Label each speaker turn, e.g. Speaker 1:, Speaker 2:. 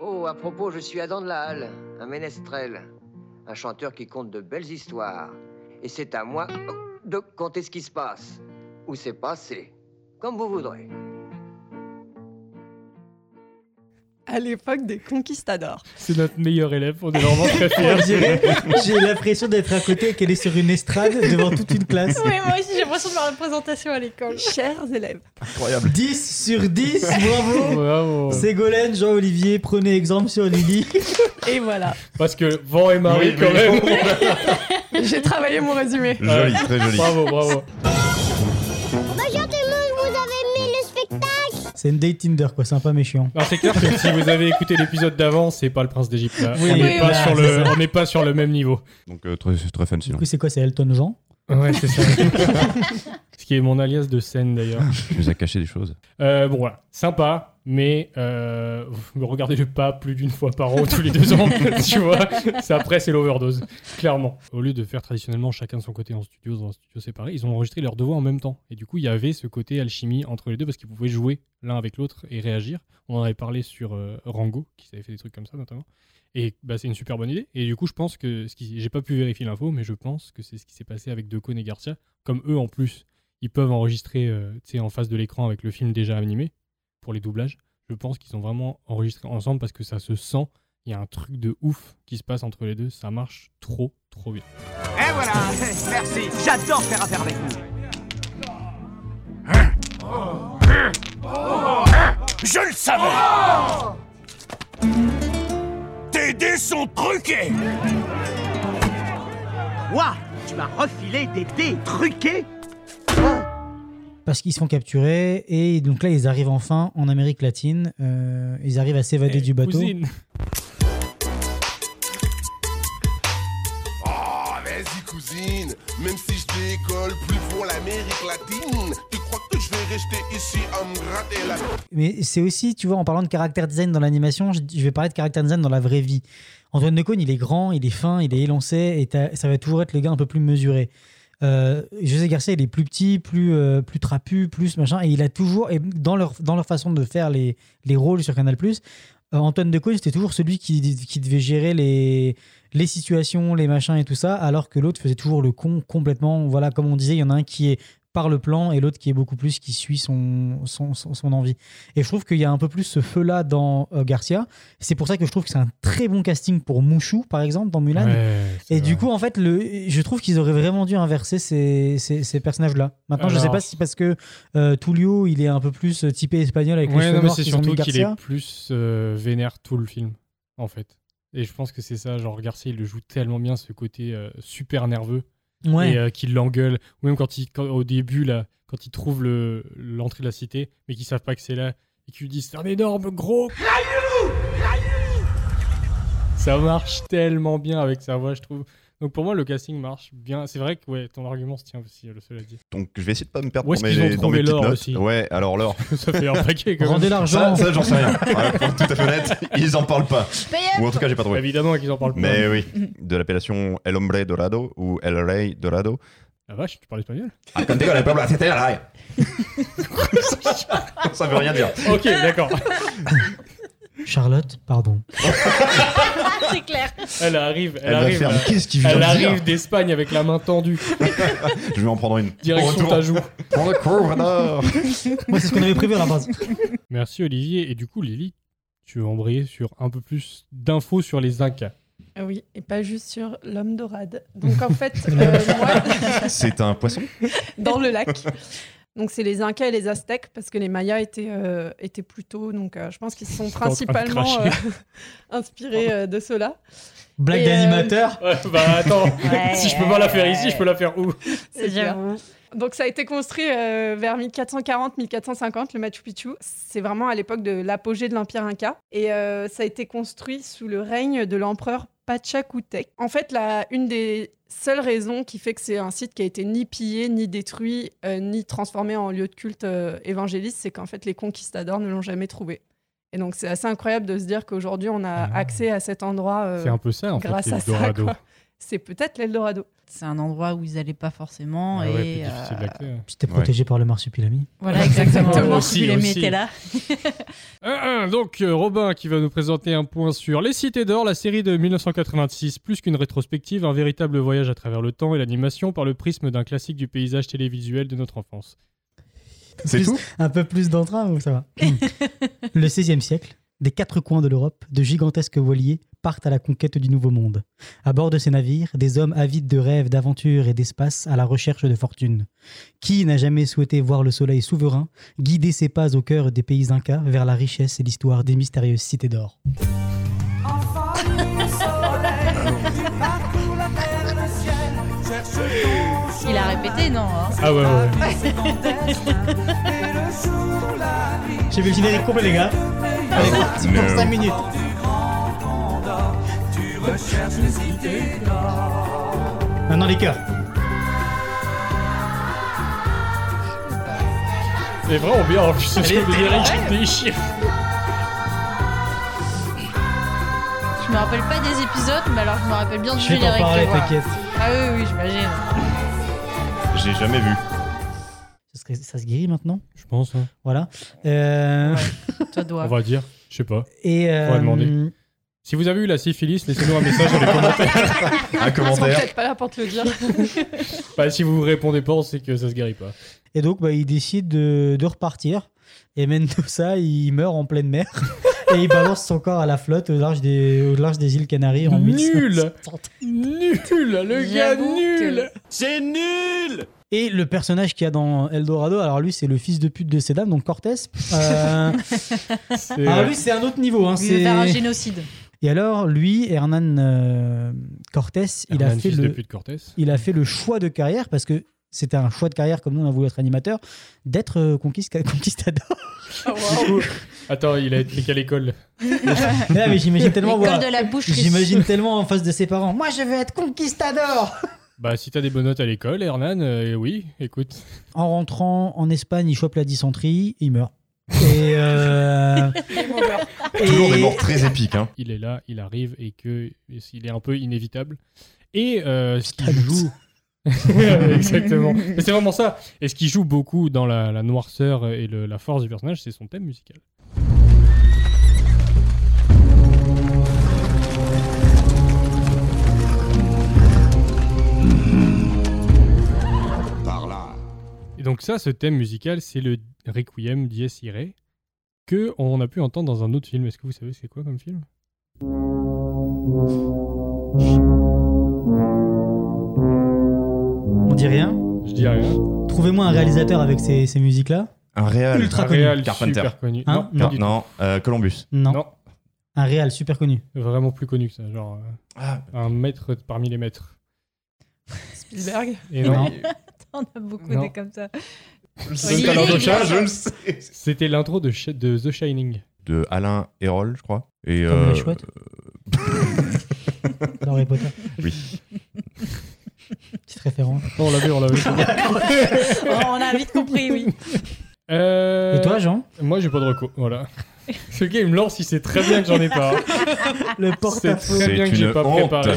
Speaker 1: Oh, à propos, je suis Adam de la Halle, un ménestrel, un chanteur qui conte de belles histoires. Et c'est à moi oh, de compter ce qui se passe, ou c'est passé, comme vous voudrez.
Speaker 2: à l'époque des conquistadors.
Speaker 3: C'est notre meilleur élève, on est vraiment très fiers.
Speaker 4: On dirait- J'ai l'impression d'être à côté et qu'elle est sur une estrade devant toute une classe.
Speaker 5: Oui, moi aussi, j'ai l'impression de ma représentation à l'école.
Speaker 2: Chers élèves,
Speaker 6: Incroyable.
Speaker 4: 10 sur 10, bravo
Speaker 3: Bravo.
Speaker 4: Ségolène, Jean-Olivier, prenez exemple sur Lily.
Speaker 2: et voilà,
Speaker 3: Parce que vent et Marie,
Speaker 6: Oui,
Speaker 3: quand
Speaker 6: oui.
Speaker 3: même.
Speaker 2: j'ai travaillé mon résumé.
Speaker 6: Joli, très joli.
Speaker 3: Euh, Bravo, bravo.
Speaker 4: C'est une date Tinder, quoi, sympa mais chiant.
Speaker 3: Alors, c'est clair que si vous avez écouté l'épisode d'avant, c'est pas le prince d'Égypte. là.
Speaker 4: Oui,
Speaker 3: on n'est
Speaker 4: oui,
Speaker 3: pas,
Speaker 4: voilà,
Speaker 3: sur
Speaker 4: c'est
Speaker 3: le- on n'est pas sur le même niveau.
Speaker 6: Donc euh, très, très fun
Speaker 4: Du
Speaker 6: sinon.
Speaker 4: coup, c'est quoi C'est Elton Jean
Speaker 3: Ouais, c'est ça. Ce qui est mon alias de scène d'ailleurs.
Speaker 6: Tu nous as caché des choses.
Speaker 3: Euh, bon, voilà. Sympa, mais euh, vous me regardez le pas plus d'une fois par an ou tous les deux ans, tu vois. C'est après, c'est l'overdose, clairement. Au lieu de faire traditionnellement chacun de son côté en studio, dans un studio séparé, ils ont enregistré leurs deux voix en même temps. Et du coup, il y avait ce côté alchimie entre les deux parce qu'ils pouvaient jouer l'un avec l'autre et réagir. On en avait parlé sur euh, Rango, qui avait fait des trucs comme ça notamment. Et bah, c'est une super bonne idée. Et du coup, je pense que ce qui... j'ai pas pu vérifier l'info, mais je pense que c'est ce qui s'est passé avec Decaune et Garcia. Comme eux, en plus, ils peuvent enregistrer euh, tu sais, en face de l'écran avec le film déjà animé pour les doublages. Je pense qu'ils ont vraiment enregistré ensemble parce que ça se sent. Il y a un truc de ouf qui se passe entre les deux. Ça marche trop, trop bien.
Speaker 7: Et voilà, merci. J'adore faire affaire avec vous. Je le savais. Tes dés sont truqués. Ouah, tu m'as refilé des dés truqués
Speaker 4: Parce qu'ils se font capturer et donc là, ils arrivent enfin en Amérique latine. Euh, ils arrivent à s'évader
Speaker 3: Eh,
Speaker 4: du bateau.
Speaker 3: cousine.
Speaker 8: Oh, vas-y, cousine, même si je décolle plus pour l'Amérique latine, tu crois que je vais rester ici à me gratter la
Speaker 4: Mais c'est aussi, tu vois, en parlant de caractère design dans l'animation, je, je vais parler de caractère design dans la vraie vie. Antoine Decaune, il est grand, il est fin, il est élancé, et t'as- ça va toujours être le gars un peu plus mesuré. Euh, José Garcia, il est plus petit, plus, euh, plus trapu, plus machin, et il a toujours, et dans leur, dans leur façon de faire les, les rôles sur Canal+, euh, Antoine Decaune, c'était toujours celui qui, qui devait gérer les, les situations, les machins et tout ça, alors que l'autre faisait toujours le con complètement. Voilà, comme on disait, il y en a un qui est par le plan et l'autre qui est beaucoup plus qui suit son, son, son, son envie. Et je trouve qu'il y a un peu plus ce feu-là dans euh, Garcia. C'est pour ça que je trouve que c'est un très bon casting pour Mouchou, par exemple, dans Mulan.
Speaker 3: Ouais, c'est
Speaker 4: Et du
Speaker 3: vrai.
Speaker 4: coup, en fait, le, je trouve qu'ils auraient vraiment dû inverser ces, ces, ces personnages-là. Maintenant, je sais
Speaker 3: Alors-
Speaker 4: pas si parce que euh, Tullio, il est un peu plus euh, typé espagnol avec les
Speaker 3: Ouais,
Speaker 4: cheveux
Speaker 3: non, mais
Speaker 4: noirs
Speaker 3: c'est
Speaker 4: qu'ils ont mis
Speaker 3: surtout qu'il
Speaker 4: Garcia.
Speaker 3: est plus euh, vénère tout le film, en fait. Et je pense que c'est ça, genre Garcia, il le joue tellement bien, ce côté euh, super nerveux.
Speaker 4: Ouais.
Speaker 3: et euh, qu'il l'engueule. Ou même quand il, quand- au début, là, quand il trouve le- l'entrée de la cité, mais qu'ils savent pas que c'est là, et qu'ils lui disent C'est un énorme gros. Ça marche tellement bien avec sa voix, je trouve. Donc pour moi, le casting marche bien. C'est vrai que ouais, ton argument se tient aussi, euh, le cela dit.
Speaker 6: Donc je vais essayer de pas me perdre
Speaker 3: Où
Speaker 6: dans
Speaker 3: est-ce qu'ils ont trouvé
Speaker 6: mes, dans mes petites
Speaker 3: l'or
Speaker 6: notes.
Speaker 3: aussi
Speaker 6: Ouais, alors l'or.
Speaker 3: euh, Ça fait un paquet, quand
Speaker 4: Rendez
Speaker 3: même.
Speaker 4: l'argent.
Speaker 6: Ça, ça j'en sais rien. Ouais, pour être tout à fait honnête, ils en parlent pas. Ou en tout cas, j'ai pas trouvé.
Speaker 3: Évidemment qu'ils en parlent pas.
Speaker 6: Mais euh, oui, de l'appellation El Hombre Dorado ou El Rey Dorado. Ah,
Speaker 3: La Ah, vache, tu parles espagnol
Speaker 6: Ça veut rien dire.
Speaker 3: Ok, d'accord.
Speaker 4: Charlotte, pardon.
Speaker 5: C'est clair.
Speaker 3: Elle arrive, elle,
Speaker 6: Elle va
Speaker 3: arrive.
Speaker 6: faire.
Speaker 3: euh,
Speaker 6: mais Qu'est-ce qu'il vient
Speaker 3: Elle
Speaker 6: de
Speaker 3: arrive
Speaker 6: dire
Speaker 3: d'Espagne avec la main tendue,
Speaker 6: Je vais en prendre une.
Speaker 3: direction
Speaker 6: Retour.
Speaker 3: ta joue.
Speaker 6: Pour le Coronado.
Speaker 4: Moi, c'est ce qu'on avait prévu à la base.
Speaker 3: Merci Olivier. Et du coup, Lily, tu veux embrayer sur un peu plus d'infos sur les Incas.
Speaker 2: Ah oui,
Speaker 5: Et pas juste sur l'homme dorade. Donc en fait, euh, moi,
Speaker 6: C'est un poisson
Speaker 5: dans le lac. Donc c'est les Incas et les Aztèques parce que les Mayas étaient, euh, étaient plutôt donc euh, je pense qu'ils se sont
Speaker 3: J'étais en train de
Speaker 5: principalement
Speaker 3: cracher.
Speaker 5: euh, inspirés euh, de cela.
Speaker 4: Blague
Speaker 5: Et, euh,
Speaker 4: d'animateur.
Speaker 3: Ouais, bah attends,
Speaker 2: Ouais,
Speaker 3: si je peux pas la faire ici, je peux la faire où
Speaker 5: C'est clair. Donc ça a été construit euh, vers 1440-1450 le Machu Picchu. C'est vraiment à l'époque de l'apogée de l'empire Inca et euh, ça a été construit sous le règne de l'empereur Pachacútec. En fait, la une des seules raisons qui fait que c'est un site qui a été ni pillé, ni détruit, euh, ni transformé en lieu de culte euh, évangéliste, c'est qu'en fait les conquistadors ne l'ont jamais trouvé. Et donc c'est assez incroyable de se dire qu'aujourd'hui on a
Speaker 3: Ah.
Speaker 5: accès à cet endroit. euh,
Speaker 3: C'est un peu ça en
Speaker 5: grâce
Speaker 3: fait,
Speaker 5: à
Speaker 3: les
Speaker 5: ça,
Speaker 3: Dorado.
Speaker 5: quoi. c'est peut-être l'Eldorado.
Speaker 9: C'est un endroit où ils n'allaient pas forcément.
Speaker 3: Ah
Speaker 9: et
Speaker 3: ouais, plus
Speaker 9: euh,
Speaker 3: difficile d'accès. ouais.
Speaker 4: C'était protégé par le marsupilami.
Speaker 9: Voilà, exactement.
Speaker 3: Exactement.
Speaker 9: Si
Speaker 3: Aussi,
Speaker 9: les
Speaker 3: aussi.
Speaker 9: mettez là.
Speaker 3: Un, un, donc euh, Robin qui va nous présenter un point sur Les Cités d'Or, la série de 1986, plus qu'une rétrospective, un véritable voyage à travers le temps et l'animation par le prisme d'un classique du paysage télévisuel de notre enfance.
Speaker 6: C'est
Speaker 4: Plus-
Speaker 6: tout
Speaker 4: Un peu plus d'entrain ou ça va Le 16e siècle, des quatre coins de l'Europe, de gigantesques voiliers partent à la conquête du Nouveau Monde. À bord de ces navires, des hommes avides de rêves, d'aventures et d'espace à la recherche de fortune. Qui n'a jamais souhaité voir le soleil souverain guider ses pas au cœur des pays incas vers la richesse et l'histoire des mystérieuses cités d'or
Speaker 9: Il a répété, non hein.
Speaker 3: Ah ouais, ouais.
Speaker 4: J'ai vu le générique complet, les gars. Allez, c'est parti pour
Speaker 6: Non.
Speaker 4: 5 minutes. Maintenant, les cœurs.
Speaker 3: C'est vraiment bien, en plus, c'est
Speaker 4: Elle
Speaker 3: le
Speaker 4: était
Speaker 3: générique qui déchire.
Speaker 9: Je me rappelle pas des épisodes, mais alors je me rappelle bien du
Speaker 4: Je vais t'en
Speaker 9: générique.
Speaker 4: parler,
Speaker 9: tu vois.
Speaker 4: t'inquiète.
Speaker 9: Ah oui, oui, j'imagine.
Speaker 6: J'ai jamais vu.
Speaker 4: Ça, serait- ça se guérit maintenant
Speaker 3: Je pense, hein.
Speaker 4: Voilà. Euh,
Speaker 9: Toi,
Speaker 3: on
Speaker 9: dois.
Speaker 3: va dire. Je sais pas.
Speaker 4: Et. euh,
Speaker 3: Faudrait demander. Si vous avez eu la syphilis, laissez-nous un message dans les commentaires.
Speaker 6: Un
Speaker 5: Ils sont
Speaker 6: commentaire.
Speaker 5: peut-être pas là pour te le dire.
Speaker 3: Bah, si vous répondez pas, c'est que ça se guérit pas.
Speaker 4: Et donc, bah, il décide de, de repartir. Et Mendoza, il meurt en pleine mer. et il balance son corps à la flotte au large des, au large des îles Canaries en
Speaker 3: Nul
Speaker 4: 1560.
Speaker 3: Nul Le gars
Speaker 9: J'avoue
Speaker 3: nul
Speaker 4: Et le personnage qu'il y a dans Eldorado, alors lui, c'est le fils de pute de ces dames, donc Cortés. Euh,
Speaker 3: C'est-
Speaker 4: alors lui, c'est un autre niveau. hein,
Speaker 9: Il veut faire un
Speaker 4: c'est-
Speaker 9: génocide.
Speaker 4: Et alors, lui, Hernan euh, Cortés, il a
Speaker 3: Hernan,
Speaker 4: fait
Speaker 3: fils de
Speaker 4: le.
Speaker 3: pute Cortés.
Speaker 4: il a fait le choix de carrière parce que c'était un choix de carrière comme nous on a voulu être animateur d'être euh, conquis- conquistador.
Speaker 9: Ah
Speaker 3: Attends, il a été qu'à l'école.
Speaker 4: Là, Ah, mais j'imagine tellement
Speaker 9: L'école
Speaker 4: voir-
Speaker 9: de la bouche.
Speaker 4: J'imagine tellement en face de ses parents. Moi, je veux être conquistador.
Speaker 3: Bah, si t'as des bonnes notes à l'école, Hernan, euh, oui, écoute.
Speaker 4: En rentrant en Espagne, il chope la dysenterie, il meurt. Et, euh,
Speaker 6: Toujours des
Speaker 4: et-
Speaker 6: morts très épiques. Hein.
Speaker 3: Il est là, il arrive et que et s'il est un peu inévitable. Et euh, ce qu'il joue. Exactement. Mais c'est vraiment ça. Et ce qui joue beaucoup dans la, la noirceur et le- la force du personnage, c'est son thème musical.
Speaker 8: Par là.
Speaker 3: Et donc ça, ce thème musical, c'est le Requiem Dies Irae que on a pu entendre dans un autre film. Est-ce que vous savez c'est quoi comme film
Speaker 4: on dit rien.
Speaker 3: Je dis rien.
Speaker 4: Trouvez-moi un réalisateur avec ces, ces musiques-là.
Speaker 6: Un réel.
Speaker 4: Ultra
Speaker 3: Un
Speaker 4: connu.
Speaker 3: réal
Speaker 6: Carpenter.
Speaker 3: super connu.
Speaker 4: Hein
Speaker 3: non, pas du tout.
Speaker 6: Non, euh, Columbus.
Speaker 4: Non.
Speaker 3: Non.
Speaker 4: Un réal super connu.
Speaker 3: Vraiment plus connu que ça, genre euh,
Speaker 6: Ah,
Speaker 3: un maître parmi les maîtres.
Speaker 5: Spielberg.
Speaker 3: Et non,
Speaker 9: On a beaucoup
Speaker 3: Non.
Speaker 9: des comme ça.
Speaker 6: je le
Speaker 9: Olivier
Speaker 6: Alain Dochin,
Speaker 9: Guillaume.
Speaker 6: je le sais.
Speaker 3: c'était l'intro de, Sh- de The Shining.
Speaker 6: De Alain Hérol, je crois. Et
Speaker 4: Comme
Speaker 6: euh,
Speaker 4: la chouette. dans Harry Potter.
Speaker 6: Oui.
Speaker 4: Petite référence.
Speaker 3: Non, on l'a vu, on l'a vu.
Speaker 9: Oh, on a vite compris, oui.
Speaker 3: Euh,
Speaker 4: Et toi, Jean
Speaker 3: Moi, j'ai pas de recours. Voilà. Ce gars, il me lance, il sait très bien que j'en ai pas. hein.
Speaker 4: Le
Speaker 3: C'est
Speaker 4: porte-à-faux.
Speaker 3: très bien que j'ai pas préparé.